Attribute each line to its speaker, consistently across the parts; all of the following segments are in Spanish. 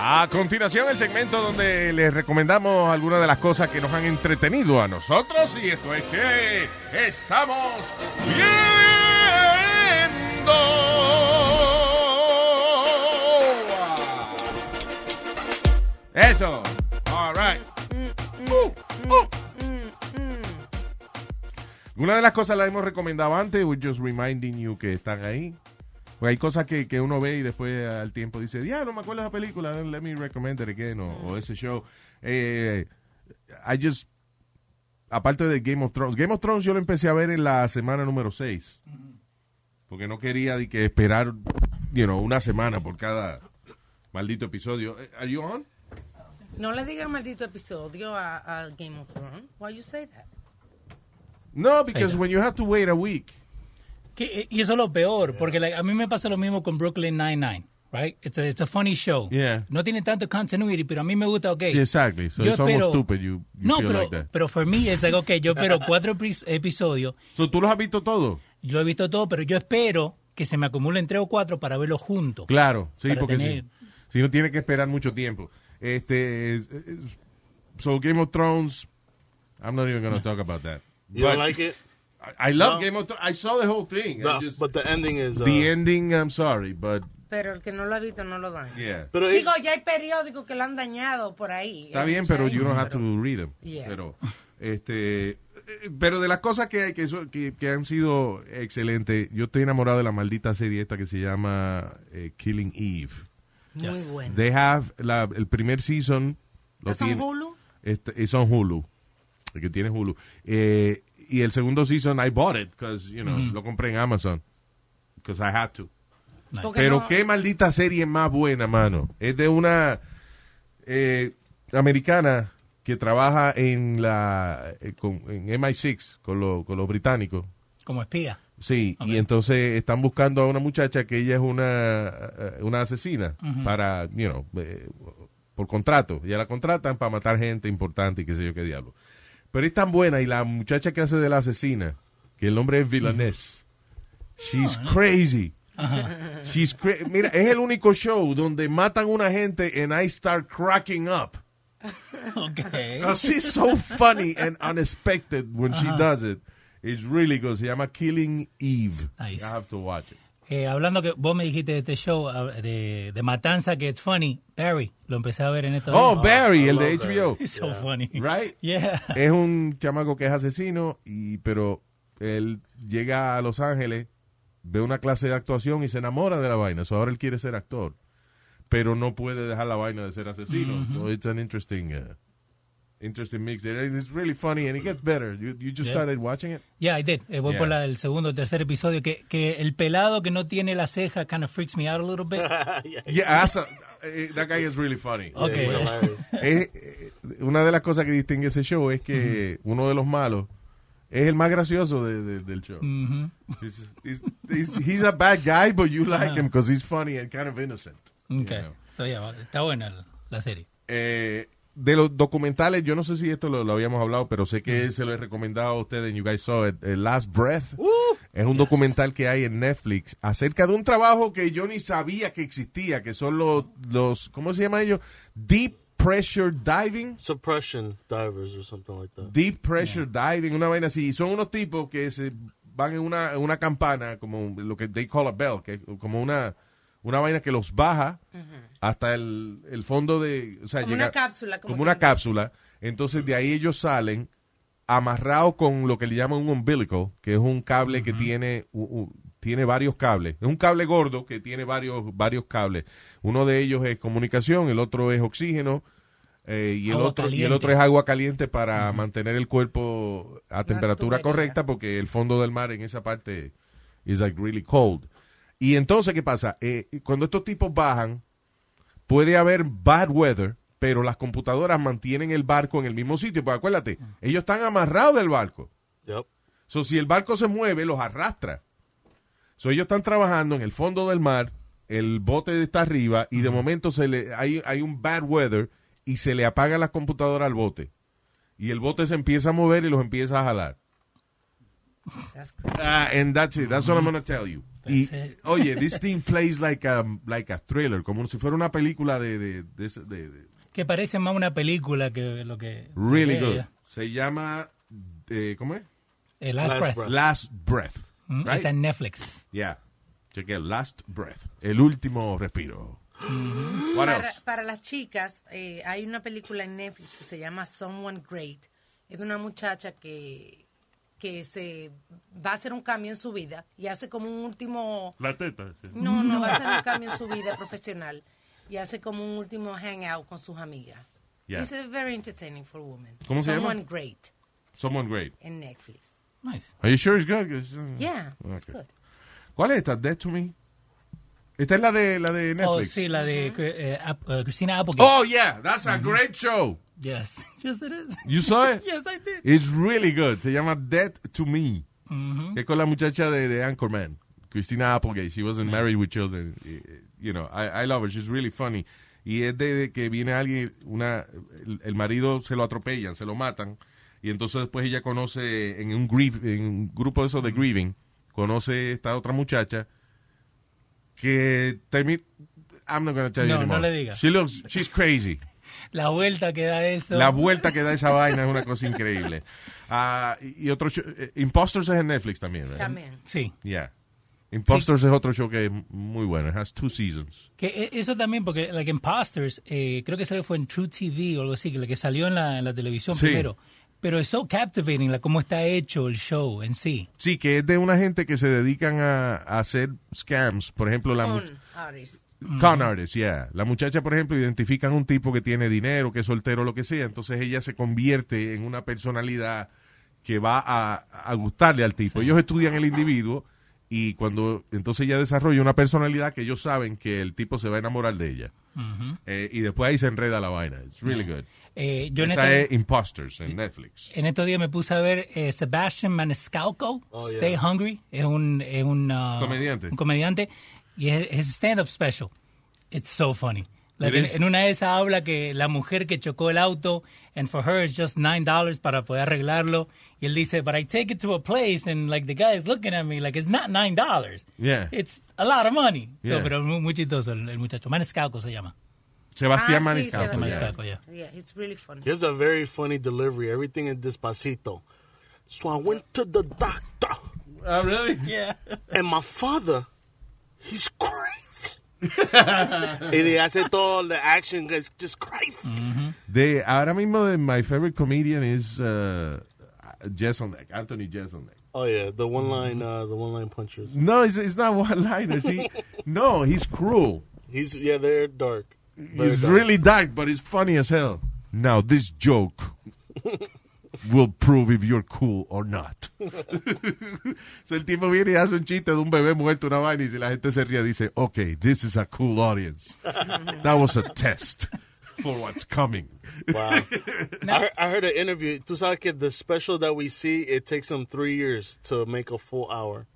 Speaker 1: A continuación, el segmento donde les recomendamos algunas de las cosas que nos han entretenido a nosotros. Y esto es que estamos viendo. Eso. All right. Uh, uh. Una de las cosas las hemos recomendado antes, we're just reminding you que están ahí. Pues hay cosas que, que uno ve y después al tiempo dice, ya, no me acuerdo de esa película, then let me recommend it again, o, o ese show. Eh, I just, aparte de Game of Thrones, Game of Thrones yo lo empecé a ver en la semana número 6, porque no quería de que esperar, you know, una semana por cada maldito episodio. Eh, Are you on?
Speaker 2: No le digas maldito episodio a, a Game of Thrones. Why you say that?
Speaker 1: No, because when you have to wait a week.
Speaker 3: Que- eh, y eso es lo peor, porque like, a mí me pasa lo mismo con Brooklyn Nine-Nine, right? It's a, it's a funny show.
Speaker 1: Yeah.
Speaker 3: No tiene tanto continuity, pero a mí me gusta, ok.
Speaker 1: Exactly, so
Speaker 3: yo
Speaker 1: it's almost
Speaker 3: espero-
Speaker 1: stupid you, you
Speaker 3: no,
Speaker 1: feel
Speaker 3: pero,
Speaker 1: like that.
Speaker 3: pero for me, es like, ok, yo espero cuatro epi- episodios,
Speaker 1: So, ¿Tú los has visto todos?
Speaker 3: yo he visto todo, pero yo espero que se me acumulen tres o cuatro para verlos juntos.
Speaker 1: Claro, sí,
Speaker 3: Para
Speaker 1: porque
Speaker 3: tener-
Speaker 1: si, si no tiene que esperar mucho tiempo. Este, es- es- so Game of Thrones, I'm not even going to talk about that.
Speaker 4: You don't like it?
Speaker 1: I, I love
Speaker 4: No.
Speaker 1: Game of Thrones. I saw the whole thing. I
Speaker 4: No,
Speaker 1: just-
Speaker 4: but the ending is. Uh,
Speaker 1: the ending, I'm sorry, but
Speaker 2: Pero el que no lo ha visto no lo daña.
Speaker 1: yeah.
Speaker 4: Pero it-
Speaker 2: Digo, ya hay periódicos que lo han dañado por ahí.
Speaker 1: Está
Speaker 2: Hay
Speaker 1: bien,
Speaker 2: mucha
Speaker 1: pero you
Speaker 2: gente,
Speaker 1: don't have
Speaker 2: pero-
Speaker 1: to read them.
Speaker 2: Yeah.
Speaker 1: Pero, este, eh, pero de las cosas que, hay- que, son- que, que han sido excelentes, yo estoy enamorado de la maldita serie esta que se llama eh, Killing Eve.
Speaker 2: Muy bueno.
Speaker 1: They have la- el primer season. Lo
Speaker 2: ¿Es on
Speaker 1: tiene-
Speaker 2: Hulu?
Speaker 1: Este, es on Hulu. El que tiene Hulu. Eh, y el segundo season, I bought it, because, you know, lo compré en Amazon. Because I had to.
Speaker 2: Porque
Speaker 1: Pero
Speaker 2: no-
Speaker 1: qué maldita serie más buena, mano. Es de una eh, americana que trabaja en la eh, con- en MI6 con, lo- con los británicos.
Speaker 3: Como espía.
Speaker 1: Sí, y entonces están buscando a una muchacha que ella es una, eh, una asesina para, you know, eh, por contrato. Ya la contratan para matar gente importante y qué sé yo qué diablo. Pero es tan buena y la muchacha que hace de la asesina, que el nombre es Villanes, she's crazy. She's cra- Mira, es el único show donde matan a una gente and I start cracking up.
Speaker 3: Ok.
Speaker 1: Because Oh, she's so funny and unexpected when she does it. It's really good. Se llama Killing Eve.
Speaker 3: Nice.
Speaker 1: I have to watch it.
Speaker 3: Eh, hablando que vos me dijiste de este show ah, de, de Matanza que it's funny, Barry, lo empecé a ver en estos
Speaker 1: Oh,
Speaker 3: días.
Speaker 1: Barry, el de
Speaker 4: love
Speaker 1: HBO.
Speaker 3: It's so funny.
Speaker 1: Right?
Speaker 3: Yeah.
Speaker 1: Es un chamaco que es asesino, y pero él llega a Los Ángeles, ve una clase de actuación y se enamora de la vaina. So ahora él quiere ser actor, pero no puede dejar la vaina de ser asesino. So it's an interesting... uh, Interesting mix there. And It's really funny and it gets better. You, you just
Speaker 3: Yeah.
Speaker 1: started watching it?
Speaker 3: Yeah, I did. Eh, voy
Speaker 1: Yeah.
Speaker 3: por la- el segundo o tercer episodio. Que, que el pelado que no tiene la ceja kind of freaks me out a little bit.
Speaker 1: Yeah, that's a- eh, that guy is really funny.
Speaker 3: Ok.
Speaker 4: it's hilarious.
Speaker 1: es, eh, una de las cosas que distingue ese show es que uno de los malos es el más gracioso de- de- del show.
Speaker 3: Mhm.
Speaker 1: He's, he's- he's- he's a bad guy, but you like him because he's funny and kind of innocent. you
Speaker 3: Ok.
Speaker 1: know.
Speaker 3: So, yeah, va- está buena la, la serie.
Speaker 1: Eh, de los documentales, yo no sé si esto lo, lo habíamos hablado, pero sé que se lo he recomendado a ustedes en You Guys Saw It. eh, Last Breath es un documental que hay en Netflix acerca de un trabajo que yo ni sabía que existía, que son los, los ¿cómo se llama ellos? Deep Pressure Diving.
Speaker 4: Suppression divers or something like that.
Speaker 1: Deep pressure diving, una vaina así. Y son unos tipos que se van en una, en una campana, como lo que they call a bell, que es como una, una vaina que los baja hasta el, el fondo de... O sea,
Speaker 2: Como
Speaker 1: llega-
Speaker 2: una cápsula, como
Speaker 1: Como,
Speaker 2: que
Speaker 1: una
Speaker 2: les-
Speaker 1: cápsula. Entonces de ahí ellos salen amarrados con lo que le llaman un umbilical, que es un cable que tiene, u- u- tiene varios cables. Es un cable gordo que tiene varios, varios cables. Uno de ellos es comunicación, el otro es oxígeno. eh, y, el
Speaker 3: Agua
Speaker 1: otro, y el
Speaker 3: caliente.
Speaker 1: otro es agua caliente para mantener el cuerpo a temperatura
Speaker 2: tubería.
Speaker 1: correcta porque el fondo del mar en esa parte is like really cold. Y entonces, ¿qué pasa? Eh, cuando estos tipos bajan, puede haber bad weather, pero las computadoras mantienen el barco en el mismo sitio. Porque acuérdate, ellos están amarrados del barco.
Speaker 4: Yep.
Speaker 1: So, si el barco se mueve, los arrastra. So, ellos están trabajando en el fondo del mar, el bote está arriba y de momento se le, hay, hay un bad weather y se le apaga la computadora al bote. Y el bote se empieza a mover y los empieza a jalar.
Speaker 2: That's crazy.
Speaker 1: Ah, and that's it. That's what I'm gonna tell you. Y,
Speaker 3: That's it.
Speaker 1: oye, this thing plays like a, like a thriller, como si fuera una película de, de, de ese- de- de-
Speaker 3: Que parece más una película que lo que...
Speaker 1: really
Speaker 3: que-
Speaker 1: good. Se llama, eh, ¿cómo es?
Speaker 3: Eh, Last,
Speaker 4: Last
Speaker 3: Breath.
Speaker 4: Breath.
Speaker 1: Last Breath.
Speaker 3: Mm,
Speaker 1: Right?
Speaker 3: Está en Netflix.
Speaker 1: Yeah. Cheque, Last Breath. El último respiro. What
Speaker 2: Para,
Speaker 1: else?
Speaker 2: para las chicas, eh, hay una película en Netflix que se llama Someone Great. Es de una muchacha que, que se va a hacer un cambio en su vida y hace como un último...
Speaker 5: La teta. sí.
Speaker 2: No, no va a hacer un cambio en su vida profesional y hace como un último hangout con sus amigas.
Speaker 1: Yeah.
Speaker 2: It's very entertaining for women.
Speaker 1: ¿Cómo se llama?
Speaker 2: Someone Great
Speaker 1: Someone great.
Speaker 2: en Netflix.
Speaker 3: Nice.
Speaker 1: Are you sure it's good? 'Cause, uh,
Speaker 2: Yeah, it's
Speaker 1: okay.
Speaker 2: good.
Speaker 1: ¿Cuál es esta? Dead to Me. Esta es la de, la de
Speaker 3: Oh,
Speaker 1: Netflix.
Speaker 3: sí, la de eh, Ap- eh, Christina Applegate.
Speaker 1: Oh, yeah. That's a great show.
Speaker 3: Yes. Yes, it is.
Speaker 1: You saw it?
Speaker 3: Yes, I did.
Speaker 1: It's really good. Se llama Dead to Me.
Speaker 3: Mm-hmm.
Speaker 1: Que es con la muchacha de, de Anchorman, Christina Applegate. She
Speaker 3: Mm.
Speaker 1: wasn't married with children. Eh, eh, You know, I, I love her. She's really funny. Y es de, de que viene alguien, una, el, el marido se lo atropellan, se lo matan. Y entonces después ella conoce en un, grief, en un grupo de esos
Speaker 3: Mm.
Speaker 1: de grieving, conoce esta otra muchacha que termina... I'm not gonna tell you
Speaker 3: No, no
Speaker 1: anymore.
Speaker 3: le diga.
Speaker 1: She looks, she's crazy.
Speaker 3: La vuelta que da eso.
Speaker 1: La vuelta que da esa vaina es una cosa increíble. Ah, y y otro show, eh, Imposters es en Netflix también, ¿verdad?
Speaker 2: También.
Speaker 3: Sí.
Speaker 1: Yeah. Imposters es otro show que es muy bueno. It has two seasons.
Speaker 3: Que e- eso también, porque like Imposters, eh, creo que salió fue en True TV o algo así, que la que salió en la, en la televisión
Speaker 1: Sí.
Speaker 3: primero. Pero es so captivating, la, cómo está hecho el show en sí.
Speaker 1: Sí, que es de una gente que se dedican a, a hacer scams. Por ejemplo, la mu-
Speaker 2: Con Aris.
Speaker 3: Mm.
Speaker 1: Con artists, yeah. La muchacha, por ejemplo, identifican un tipo que tiene dinero, que es soltero, lo que sea. Entonces ella se convierte en una personalidad que va a, a gustarle al tipo. Ellos estudian el individuo y cuando entonces ella desarrolla una personalidad que ellos saben que el tipo se va a enamorar de ella. Eh, y después ahí se enreda la vaina. It's really good.
Speaker 3: Eh, yo en,
Speaker 1: Esa
Speaker 3: este-
Speaker 1: es Imposters en Netflix.
Speaker 3: en estos días me puse a ver eh, Sebastian Maniscalco,
Speaker 4: Oh,
Speaker 3: Stay
Speaker 4: yeah.
Speaker 3: Hungry, es un, es un, ah,
Speaker 1: Comediante.
Speaker 3: un comediante, y es es stand-up special. It's so funny. Like,
Speaker 1: It
Speaker 3: en,
Speaker 1: is.
Speaker 3: en una de esas habla que la mujer que chocó el auto, and for her it's just nine dollars para poder arreglarlo, y él dice, but I take it to a place, and like the guy is looking at me like it's not nine dollars,
Speaker 1: Yeah.
Speaker 3: it's a lot of money. So,
Speaker 1: Yeah.
Speaker 3: pero muy, muy chistoso el, el muchacho, Maniscalco se llama.
Speaker 1: Sebastián
Speaker 2: Ah, sí,
Speaker 1: Maniscalco.
Speaker 2: Sebastián
Speaker 1: yeah.
Speaker 3: Maniscalco, yeah.
Speaker 2: Yeah, it's really funny.
Speaker 4: He has a very funny delivery. Everything in despacito. So I went to the doctor,
Speaker 3: Ah,
Speaker 4: and my father, he's crazy. and he has it all. The action is just crazy.
Speaker 1: Mm-hmm. De, ahora mismo, de my favorite comedian is uh, Jeselnik, Anthony Jeselnik.
Speaker 4: Oh yeah, the one line, uh, the one line punchers.
Speaker 1: No, it's, it's not one liners. He, no, he's cruel.
Speaker 4: He's yeah, they're dark. Very
Speaker 1: He's
Speaker 4: dark.
Speaker 1: really dark, but it's funny as hell. Now, this joke will prove if you're cool or not. so el tipo viene y hace un chiste de un bebé muerto, una vaina, y si la gente se ríe, dice, okay, this is a cool audience. That was a test for what's coming.
Speaker 4: Wow. I, heard, I heard an interview. Tú sabes que the special that we see, it takes them three years to make a full hour.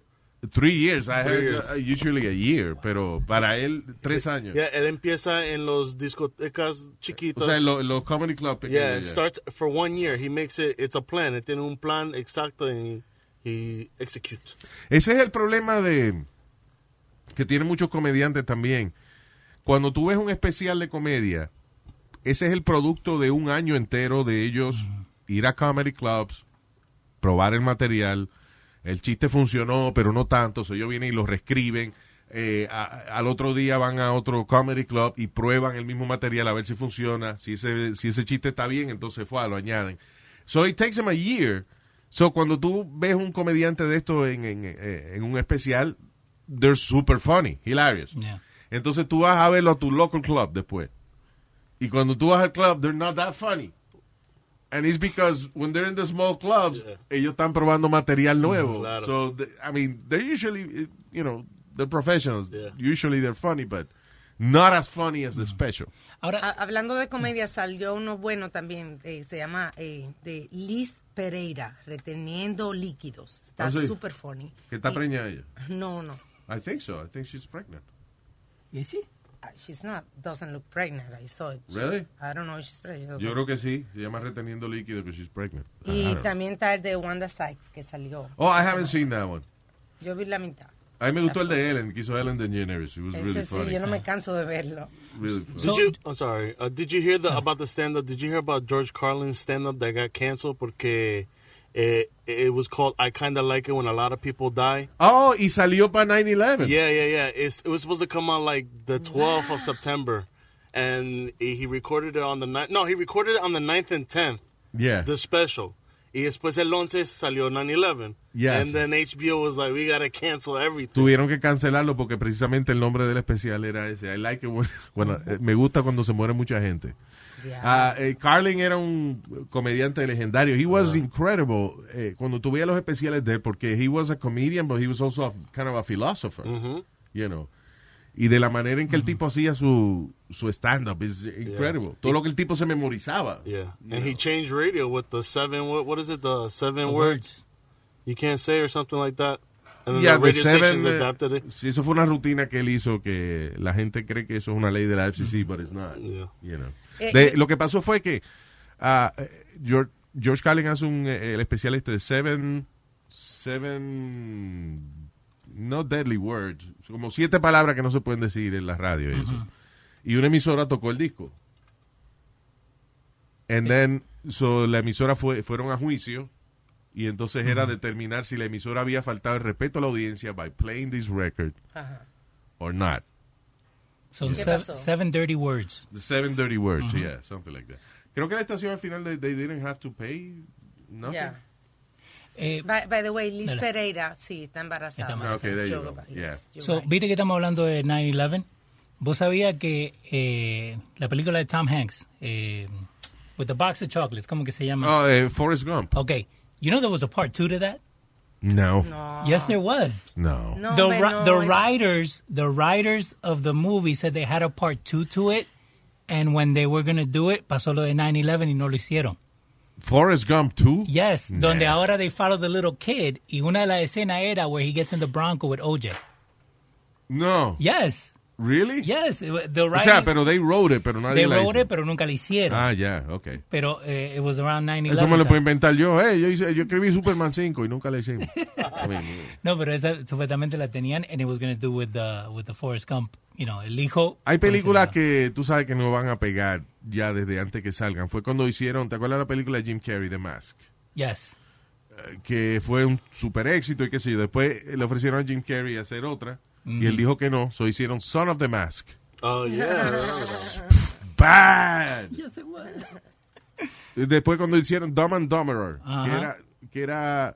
Speaker 1: Three years. I
Speaker 4: Three
Speaker 1: heard
Speaker 4: years.
Speaker 1: uh, usually a year, pero para él, tres años.
Speaker 4: Yeah, él empieza en los discotecas
Speaker 1: O
Speaker 4: chiquitos.
Speaker 1: sea, en lo- en los comedy club
Speaker 4: yeah, it
Speaker 1: pequeños,
Speaker 4: starts for one year. He makes it, it's a plan. It tiene un plan exacto and he, he executes.
Speaker 1: Ese es el problema de que tienen muchos comediantes también. Cuando tú ves un especial de comedia, ese es el producto de un año entero de ellos ir a comedy clubs, probar el material, el chiste funcionó, pero no tanto, so ellos vienen y lo reescriben. eh, a- al otro día van a otro comedy club y prueban el mismo material a ver si funciona. Si ese, si ese chiste está bien, entonces fue, lo añaden. So it takes them a year. So cuando tú ves un comediante de esto en, en, eh, en un especial, they're super funny, hilarious.
Speaker 3: Yeah.
Speaker 1: Entonces tú vas a verlo a tu local club después. Y cuando tú vas al club, they're not that funny. And it's because when they're in the small clubs,
Speaker 4: Yeah. Mm,
Speaker 1: ellos están probando material nuevo.
Speaker 4: Claro.
Speaker 1: So, th- I mean, they're usually, eh, you know, they're professionals.
Speaker 4: Yeah. Mm.
Speaker 1: Usually they're funny, but not as funny as the special.
Speaker 3: Ahora,
Speaker 2: Ha-
Speaker 4: Ah.
Speaker 2: Hablando de comedia, salió uno bueno también, eh, se llama eh, de Liz Pereira, Reteniendo Líquidos. Está
Speaker 1: Ah, sí.
Speaker 2: super funny.
Speaker 1: Que está
Speaker 2: Y-
Speaker 1: preñada ella.
Speaker 2: No, no.
Speaker 1: I think so. I think she's pregnant.
Speaker 3: ¿y sí?
Speaker 2: Ah, she's not, doesn't look pregnant. I saw it. She-
Speaker 1: Really?
Speaker 2: I don't know if she's pregnant.
Speaker 1: Yo creo que sí. Se llama Reteniendo Líquido because she's pregnant. I
Speaker 2: Y
Speaker 1: don't know.
Speaker 2: también está el de Wanda Sykes que salió.
Speaker 1: Oh, I haven't seen that one.
Speaker 2: Yo vi la mitad.
Speaker 1: A mí me gustó el de Ellen, que hizo Ellen DeGeneres. It was
Speaker 2: Ese
Speaker 1: really
Speaker 2: sí,
Speaker 1: funny. Ah.
Speaker 2: yo no me canso de verlo.
Speaker 1: Really funny.
Speaker 3: So-
Speaker 4: Did you? I'm sorry. Uh, did you hear the, about the stand up? Did you hear about George Carlin's stand up that got canceled? Porque it, it was called I Kinda Like It When a Lot of People Die.
Speaker 1: Oh, y salió para 9-11.
Speaker 4: Yeah, yeah, yeah. It's, it was supposed to come out like the 12th of September. And he recorded it on the 9th. No, he recorded it on the 9th and 10th,
Speaker 1: Yeah.
Speaker 4: the special. Y después el 11 salió 9 11.
Speaker 1: Yes.
Speaker 4: And then HBO was like, we got to cancel everything.
Speaker 1: Tuvieron que cancelarlo porque precisamente el nombre del especial era ese. I like it when- bueno, eh, me gusta cuando se muere mucha gente. Ah, eh, Carlin era un comediante legendario. He
Speaker 4: Ah.
Speaker 1: was incredible eh, cuando tú veías los especiales de él porque he was a comedian but he was also a- kind of a philosopher,
Speaker 4: Mm-hmm.
Speaker 1: you know. Y de la manera en que el tipo hacía su, su stand-up es incredible. Todo lo que el tipo se memorizaba.
Speaker 4: Yeah. And he changed radio with the seven, what, what is it? The seven words you can't say or something like that. And then
Speaker 1: Yeah,
Speaker 4: the
Speaker 1: the
Speaker 4: uh, radio stations
Speaker 1: seven, eh,
Speaker 4: adapted it.
Speaker 1: sí, eso fue una rutina que él hizo que la gente cree que eso es una ley de la FCC, but it's not.
Speaker 4: Yeah.
Speaker 1: you know.
Speaker 2: Eh,
Speaker 1: De-
Speaker 2: eh.
Speaker 1: lo que pasó fue que ah, eh, George, George Carlin hace un, eh, el especial este de Seven, Seven, no deadly words, como siete palabras que no se pueden decir en la radio y eso. Y una emisora tocó el disco. And then, so la emisora fue, fueron a juicio y entonces era determinar si la emisora había faltado el respeto a la audiencia by playing this record
Speaker 2: Ajá.
Speaker 1: or not.
Speaker 3: So
Speaker 2: ¿Qué
Speaker 3: seven,
Speaker 2: pasó?
Speaker 3: seven dirty words.
Speaker 1: The seven dirty words, yeah, something like that. Creo que la estación al final they, they didn't have to pay nothing.
Speaker 2: Yeah.
Speaker 3: Eh,
Speaker 2: By, by the way, Liz
Speaker 3: Dale.
Speaker 2: Pereira, sí, está embarazada.
Speaker 3: Está
Speaker 1: embarazada. Okay, Ah, there you
Speaker 2: Yo-
Speaker 1: go.
Speaker 2: yes,
Speaker 1: Yeah.
Speaker 2: you're
Speaker 3: so,
Speaker 2: right.
Speaker 3: viste que estamos hablando de 9-11. ¿Vos sabías que eh, la película de Tom Hanks, eh, with the box of chocolates, ¿cómo que se llama?
Speaker 1: Oh, eh, Forrest Gump.
Speaker 3: Okay, you know there was a part two to that?
Speaker 1: No.
Speaker 2: No,
Speaker 3: Yes, there was.
Speaker 1: Ah. No.
Speaker 2: no,
Speaker 3: the
Speaker 2: hombre,
Speaker 3: ri-
Speaker 2: no,
Speaker 3: the
Speaker 2: es-
Speaker 3: writers the writers of the movie said they had a part two to it, and when they were gonna do it, pasó lo de 9/11 y no lo hicieron.
Speaker 1: Forrest Gump 2?
Speaker 3: Yes,
Speaker 1: Nah.
Speaker 3: donde ahora they follow the little kid y una de las escenas era where he gets in the Bronco with OJ.
Speaker 1: No.
Speaker 3: Yes,
Speaker 1: Really?
Speaker 3: yes, it wa- the
Speaker 1: O
Speaker 3: writing,
Speaker 1: sea, pero they wrote it, pero nadie
Speaker 3: they
Speaker 1: la
Speaker 3: wrote
Speaker 1: hizo.
Speaker 3: it, pero nunca lo hicieron.
Speaker 1: Ah, ya, okay. ok.
Speaker 3: Pero eh, it was around 9/11.
Speaker 1: Eso me lo puedo
Speaker 3: time.
Speaker 1: inventar yo. Hey, yo, hice, yo escribí Superman 5 y nunca la hicimos. I mean,
Speaker 3: No, pero esa supuestamente la tenían and it was gonna do with the with the Forrest Gump, you know, el hijo.
Speaker 1: Hay películas
Speaker 3: Entonces,
Speaker 1: que tú sabes que no van a pegar ya desde antes que salgan. Fue cuando hicieron, ¿te acuerdas la película de Jim Carrey, The Mask? Eh,
Speaker 3: Yes.
Speaker 1: que fue un super éxito y qué sé yo. Después eh, le ofrecieron a Jim Carrey hacer otra y él dijo que no. So hicieron Son of the Mask.
Speaker 4: Oh, yeah.
Speaker 1: Bad.
Speaker 3: Yes, it was.
Speaker 1: Después cuando hicieron Dumb and Dumberer,
Speaker 3: Ajá.
Speaker 1: que era, que era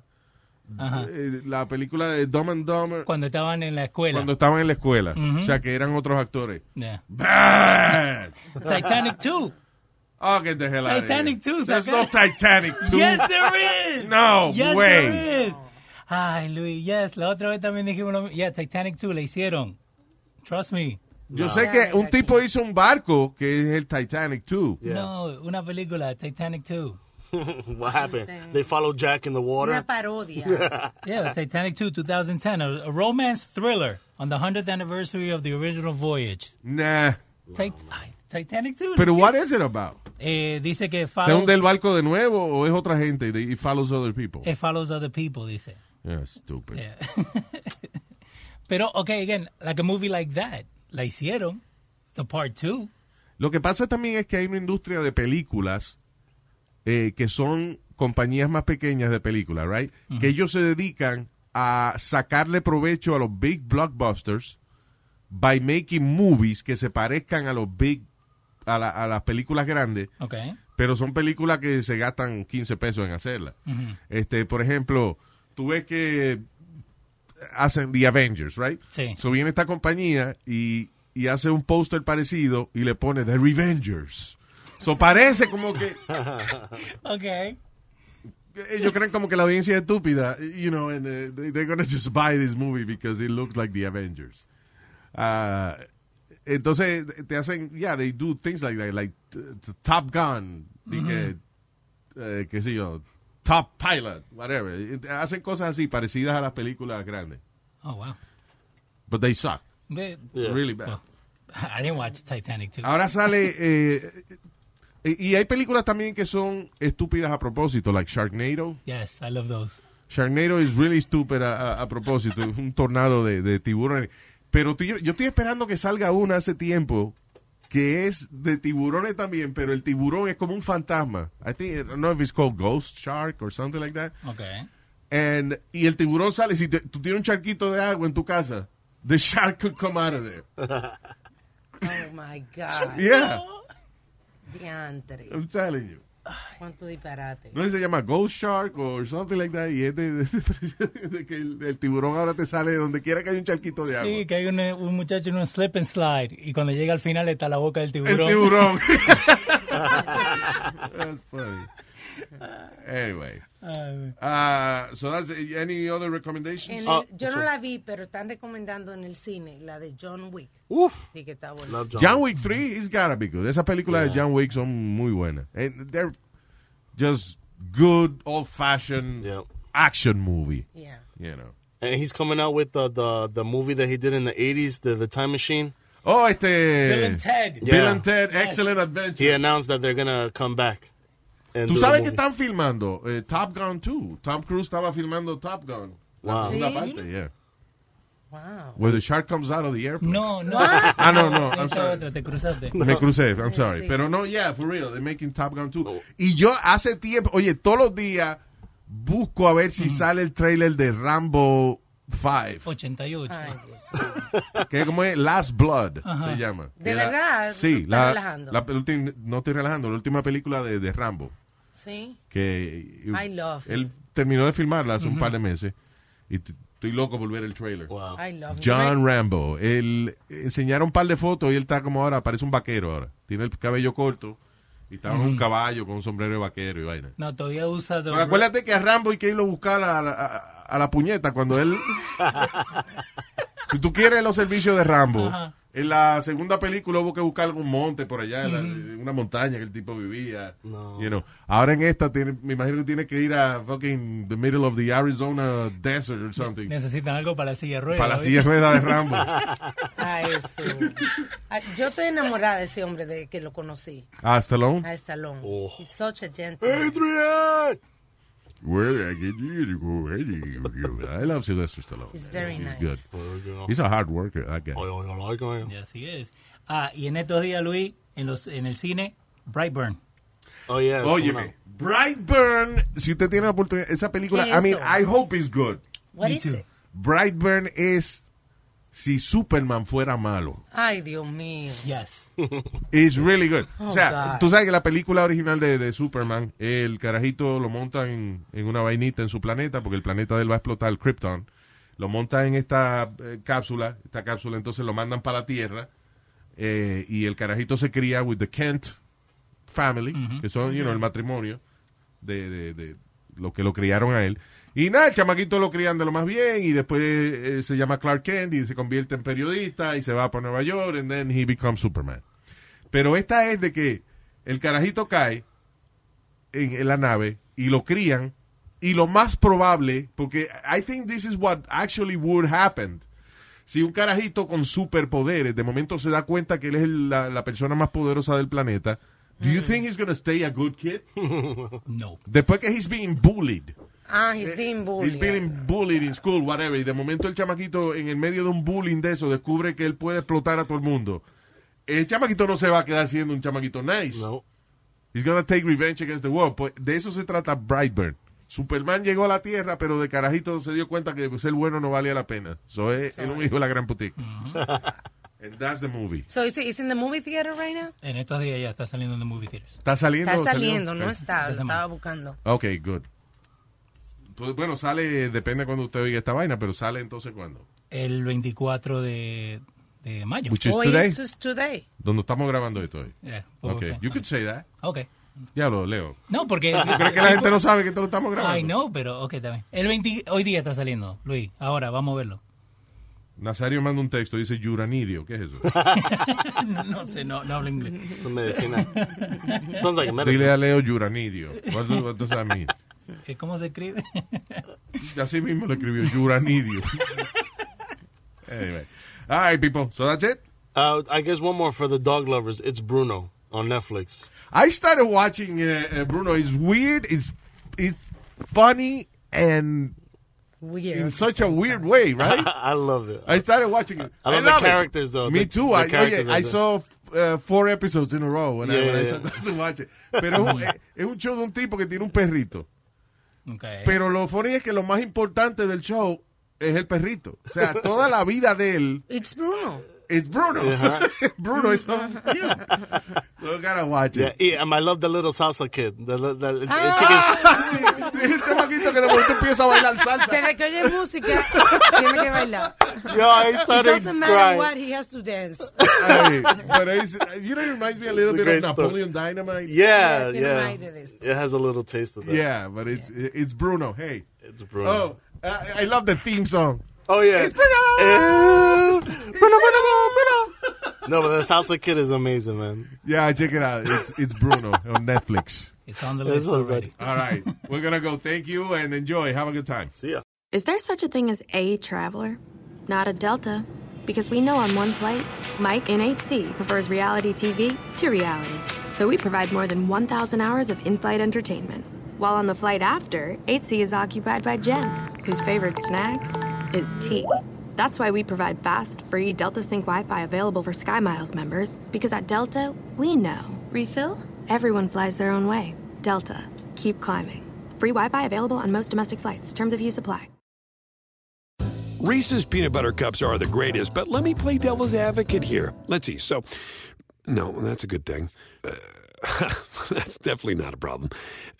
Speaker 1: eh, la película de Dumb and Dumber
Speaker 3: Cuando estaban en la escuela.
Speaker 1: cuando estaban en la escuela. O sea, que eran otros actores.
Speaker 3: Yeah.
Speaker 1: Bad.
Speaker 3: Titanic 2.
Speaker 1: Oh, get the hell out of
Speaker 3: Titanic
Speaker 1: here.
Speaker 3: two,
Speaker 1: There's
Speaker 3: saca-
Speaker 1: no Titanic 2.
Speaker 3: Yes, there is.
Speaker 1: No
Speaker 3: yes,
Speaker 1: way.
Speaker 3: there is. Ay, Luis, yes. La otra vez también dijimos lo mismo. Yeah, Titanic 2 la hicieron. Trust me.
Speaker 1: Yo sé que un tipo hizo un barco que es el Titanic 2.
Speaker 4: Yeah.
Speaker 3: No, una película, Titanic 2.
Speaker 4: What happened? They followed Jack in the water.
Speaker 2: Una parodia.
Speaker 3: Yeah, Titanic 2, 2010. A, a romance thriller on the 100th anniversary of the original voyage.
Speaker 1: Nah.
Speaker 3: Tit- ay, Titanic 2.
Speaker 1: Pero what is it about?
Speaker 3: Eh, dice que
Speaker 1: ¿Se
Speaker 3: follows,
Speaker 1: hunde el barco de nuevo o es otra gente? y it follows other people.
Speaker 3: it eh, follows other people, dice.
Speaker 1: Yeah, stupid.
Speaker 3: Yeah. Pero, okay, again, like a movie like that, la hicieron. It's a part 2.
Speaker 1: Lo que pasa también es que hay una industria de películas eh, que son compañías más pequeñas de películas, right? Que ellos se dedican a sacarle provecho a los big blockbusters by making movies que se parezcan a los big, a, la- a las películas grandes,
Speaker 3: Okay.
Speaker 1: pero son películas que se gastan 15 pesos en hacerlas. Este, por ejemplo, tú ves que hacen The Avengers, right?
Speaker 3: Sí.
Speaker 1: So viene esta compañía y, y hace un póster parecido y le pone The Revengers. So parece como que
Speaker 3: Okay.
Speaker 1: ellos creen como que la audiencia es estúpida, you know, and uh, they- they're gonna just buy this movie because it looks like The Avengers. Ah, entonces te hacen, yeah, they do things like that, like t- t- Top Gun, di que, eh, qué sé yo, Top Pilot, whatever. Hacen cosas así parecidas a las películas grandes,
Speaker 3: Oh, wow.
Speaker 1: but they suck
Speaker 3: Ve-
Speaker 4: Yeah.
Speaker 3: Ah.
Speaker 1: really bad.
Speaker 3: Well, I didn't watch Titanic too.
Speaker 1: Ahora sale. eh, y y hay películas también que son estúpidas a propósito, like Sharknado.
Speaker 3: Yes, I love those.
Speaker 1: Sharknado is really stupid a, a- a propósito, es un tornado de, de tiburones. Pero tú- yo, yo estoy esperando que salga una hace tiempo que es de tiburones también, pero el tiburón es como un fantasma. I think, I don't know if it's called Ghost Shark or something like that.
Speaker 3: Okay.
Speaker 1: And, y el tiburón sale, si te- tú tienes un charquito de agua en tu casa, the shark could come out of there.
Speaker 2: Oh my God.
Speaker 1: Yeah,
Speaker 2: Diantre.
Speaker 1: I'm telling you.
Speaker 2: Cuánto disparate.
Speaker 1: No se llama Ghost Shark o something like that. Y es de, de- de que el, el tiburón ahora te sale de donde quiera que haya un charquito de agua.
Speaker 3: Sí, que hay un, un muchacho en un slip and slide y cuando llega al final está la boca del
Speaker 1: El
Speaker 3: tiburón.
Speaker 1: tiburón. That's funny. Anyway.
Speaker 3: Ay,
Speaker 1: Uh, so that's any other recommendations?
Speaker 2: En el-
Speaker 4: Ah,
Speaker 2: yo no
Speaker 4: sí.
Speaker 2: la vi, pero están recomendando en el cine la de John Wick.
Speaker 4: Uf.
Speaker 2: Y que está buena.
Speaker 4: Love John.
Speaker 1: Uh, John Wick 3 is gotta be good. Esas películas de John Wick son muy buenas. And they're just good old fashioned
Speaker 4: Yeah.
Speaker 1: action movie.
Speaker 2: Yeah.
Speaker 1: You know.
Speaker 4: And he's coming out with the, the the movie that he did in the 80s, the, the Time Machine.
Speaker 1: Oh, este.
Speaker 3: Bill and Ted.
Speaker 1: Bill
Speaker 4: Yeah.
Speaker 1: and Ted,
Speaker 3: Yes.
Speaker 1: Excellent Adventure.
Speaker 4: He announced that they're going to come back. and
Speaker 1: Tú
Speaker 4: do the
Speaker 1: sabes que
Speaker 4: movie.
Speaker 1: están filmando eh, Top Gun 2. Tom Cruise estaba filmando Top Gun. La
Speaker 4: Wow.
Speaker 1: segunda
Speaker 2: ¿Sí?
Speaker 1: parte, yeah.
Speaker 2: Wow.
Speaker 1: Where the shark comes out of the airplane.
Speaker 3: No, no.
Speaker 1: Ah, no, no. I'm
Speaker 3: Esa
Speaker 1: sorry.
Speaker 3: otra, te cruzaste.
Speaker 1: Me crucé, I'm sorry.
Speaker 2: Sí.
Speaker 1: Pero no, yeah, for real, they're making Top Gun 2. Y yo hace tiempo, oye, todos los días busco a ver si sale el trailer de Rambo 5,
Speaker 3: 88.
Speaker 2: Ay, Dios mío.
Speaker 1: que como es Last Blood, se llama.
Speaker 2: ¿De
Speaker 1: Que la-
Speaker 2: verdad?
Speaker 1: Sí,
Speaker 2: ¿Estás
Speaker 1: la,
Speaker 2: relajando?
Speaker 1: la ulti- no estoy relajando, la última película de, de Rambo,
Speaker 2: Sí.
Speaker 1: que
Speaker 2: I love
Speaker 1: él
Speaker 2: him.
Speaker 1: terminó de filmarla hace un par de meses y t- estoy loco por ver el trailer.
Speaker 4: Wow.
Speaker 2: I love him.
Speaker 1: John Rambo. Él enseñaron un par de fotos y él está como ahora, parece un vaquero ahora. Tiene el cabello corto y estaba en un caballo con un sombrero de vaquero y vaina.
Speaker 3: No, todavía usa
Speaker 1: Pero
Speaker 3: the,
Speaker 1: acuérdate que a Rambo hay que irlo a buscar a, la- a- a la puñeta cuando él... si tú quieres los servicios de Rambo,
Speaker 3: Ajá.
Speaker 1: en la segunda película hubo que buscar algún monte por allá, en la- en una montaña que el tipo vivía.
Speaker 4: No.
Speaker 1: you know. Ahora en esta tiene- me imagino que tiene que ir a fucking the middle of the Arizona desert or something.
Speaker 3: necesitan algo para la silla de ruedas.
Speaker 1: Para la
Speaker 3: ¿oí?
Speaker 1: silla de ruedas de Rambo.
Speaker 2: A eso. Ah, Yo estoy enamorada de ese hombre de que lo conocí,
Speaker 1: Ah, Stallone.
Speaker 2: a Stallone.
Speaker 4: Oh.
Speaker 2: He's such a
Speaker 1: Eh.
Speaker 2: gentleman.
Speaker 4: Adrian!
Speaker 1: Well, I get you to go ready. I love Sylvester Stallone.
Speaker 2: He's very
Speaker 1: He's
Speaker 2: nice.
Speaker 1: good. He's a hard worker, that guy.
Speaker 4: Oye, oye, oye, oye.
Speaker 3: Y así es. Ah, y en estos días, Luis, en, los, en el cine, Brightburn.
Speaker 4: Oh, yeah. it's coming
Speaker 1: Óyeme,
Speaker 4: out.
Speaker 1: Brightburn, si usted tiene la oportunidad, esa película,
Speaker 2: ¿Qué
Speaker 1: I
Speaker 2: es
Speaker 1: mean,
Speaker 2: eso?
Speaker 1: I hope it's good.
Speaker 2: What
Speaker 3: Me
Speaker 2: is
Speaker 3: too.
Speaker 2: it?
Speaker 1: Brightburn es si Superman fuera malo.
Speaker 2: Ay, Dios mío.
Speaker 3: Yes.
Speaker 1: It's really good.
Speaker 2: Oh,
Speaker 1: o sea,
Speaker 2: God.
Speaker 1: tú sabes que la película original de, de Superman, el carajito lo monta en, en una vainita en su planeta, porque el planeta de él va a explotar, el Krypton. Lo monta en esta eh, cápsula, esta cápsula entonces lo mandan para la Tierra eh, y el carajito se cría with the Kent family, que son, you know, el matrimonio de, de, de lo que lo criaron a él. Y nada, el chamaquito lo crían de lo más bien y después eh, se llama Clark Kent y se convierte en periodista y se va para Nueva York and then he becomes Superman. Pero esta es de que el carajito cae en, en la nave y lo crían y lo más probable, porque I think this is what actually would happen. Si un carajito con superpoderes de momento se da cuenta que él es el- la, la persona más poderosa del planeta, do you think he's gonna stay a good kid?
Speaker 3: No.
Speaker 1: Después que he's being bullied.
Speaker 2: Ah, he's being bullied.
Speaker 1: He's being bullied in school, whatever. Y de momento el chamaquito, en el medio de un bullying de eso, descubre que él puede explotar a todo el mundo. El chamaquito no se va a quedar siendo un chamaquito nice.
Speaker 4: No.
Speaker 1: He's gonna take revenge against the world. Pues de eso se trata Brightburn. Superman llegó a la Tierra, pero de carajito se dio cuenta que ser bueno no valía la pena. So, es era un
Speaker 2: eh.
Speaker 1: hijo de la gran putica. And that's the movie.
Speaker 2: So is it- it's in the movie theater right now?
Speaker 3: En estos días ya está saliendo en the movie theaters.
Speaker 1: ¿Está saliendo?
Speaker 2: Está
Speaker 1: ¿Salió?
Speaker 2: saliendo, no
Speaker 1: Eh,
Speaker 2: está, lo
Speaker 3: Esta
Speaker 2: estaba
Speaker 3: semana.
Speaker 2: buscando.
Speaker 1: Ok, good. Pues, bueno, sale, depende cuando usted oiga esta vaina, pero sale entonces cuando.
Speaker 3: El 24 de, de mayo.
Speaker 1: Which is
Speaker 2: Hoy
Speaker 1: today,
Speaker 2: it's just today.
Speaker 1: donde estamos grabando esto hoy.
Speaker 3: Yeah,
Speaker 1: Ok,
Speaker 3: okay.
Speaker 1: you could say that.
Speaker 3: Ok.
Speaker 1: Ya lo leo.
Speaker 3: No, porque...
Speaker 1: ¿Crees que la gente no sabe que esto lo estamos grabando?
Speaker 3: Ay, no, pero ok, también. El 20, hoy día está saliendo, Luis. Ahora, vamos a verlo.
Speaker 1: Nazario manda un texto, dice Yuranidio. ¿Qué es eso?
Speaker 3: no, no sé, no, no hablo inglés.
Speaker 4: Some medicina. Sounds like medicine.
Speaker 1: Dile a Leo Yuranidio. What, do- what does that mean?
Speaker 3: Eh, ¿Cómo se escribe?
Speaker 1: Así mismo lo escribió Yuranidio. anyway. All right, people. So that's it.
Speaker 4: Uh, I guess one more for the dog lovers. It's Bruno on Netflix.
Speaker 1: I started watching uh, uh, Bruno. It's weird. It's it's funny and
Speaker 2: Weird.
Speaker 1: in such a weird way, right?
Speaker 4: I love it.
Speaker 1: I started watching it.
Speaker 4: I love the
Speaker 1: it.
Speaker 4: characters, though.
Speaker 1: Me
Speaker 4: The-
Speaker 1: too.
Speaker 4: the
Speaker 1: I,
Speaker 4: characters
Speaker 1: oye,
Speaker 4: are
Speaker 1: I
Speaker 4: the-
Speaker 1: saw uh, four episodes in a row when I,
Speaker 4: Yeah,
Speaker 1: when I
Speaker 4: yeah,
Speaker 1: sat down to watch it. Pero es un, eh, es un show de un tipo que tiene un perrito.
Speaker 3: Okay.
Speaker 1: Pero lo funny es que lo más importante del show es el perrito. O sea, toda la vida de él
Speaker 2: It's Bruno.
Speaker 1: es Bruno.
Speaker 4: Ajá.
Speaker 1: Bruno is so cute. You gotta watch
Speaker 4: Yeah,
Speaker 1: it.
Speaker 4: yeah, and I love the little salsa kid. The, the, the, the
Speaker 2: Ah.
Speaker 1: El chamaquito que de momento empieza a bailar salsa.
Speaker 2: Desde que oye música, tiene que bailar.
Speaker 4: chicken. Yo, I
Speaker 2: It
Speaker 4: started
Speaker 2: doesn't matter
Speaker 4: crying.
Speaker 2: what, he has to dance.
Speaker 1: Ay, Pero es, you know, it reminds me a little
Speaker 4: It's a
Speaker 1: bit of
Speaker 4: great story.
Speaker 1: Napoleon Dynamite.
Speaker 4: Yeah,
Speaker 2: Yeah, tiene
Speaker 4: yeah.
Speaker 2: un aire de eso.
Speaker 4: It has a little taste of that.
Speaker 1: Yeah, but it's it's Bruno. Hey.
Speaker 4: It's Bruno.
Speaker 1: Oh, I, I love the theme song.
Speaker 4: Oh yeah.
Speaker 1: It's Bruno!
Speaker 4: Eh, Bruno, Bruno, Bruno. no, but the salsa kid is amazing, man.
Speaker 1: Yeah, check it out. It's it's Bruno on Netflix.
Speaker 3: It's on the
Speaker 4: This
Speaker 3: list
Speaker 4: was like-
Speaker 3: already.
Speaker 1: All right, we're gonna go. Thank you and enjoy. Have a good time.
Speaker 4: See ya.
Speaker 5: Is there such a thing as a traveler? Not a Delta. Because we know on one flight, Mike in 8C prefers reality TV to reality. So we provide more than 1,000 hours of in flight entertainment. While on the flight after, 8C is occupied by Jen, whose favorite snack is tea. That's why we provide fast, free Delta Sync Wi Fi available for SkyMiles members. Because at Delta, we know. Refill? Everyone flies their own way. Delta, keep climbing. Free Wi Fi available on most domestic flights. Terms of use apply.
Speaker 6: Reese's peanut butter cups are the greatest, but let me play devil's advocate here. Let's see. So, no, that's a good thing. Uh, that's definitely not a problem.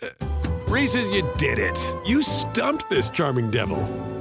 Speaker 6: Uh, Reese's, you did it. You stumped this charming devil.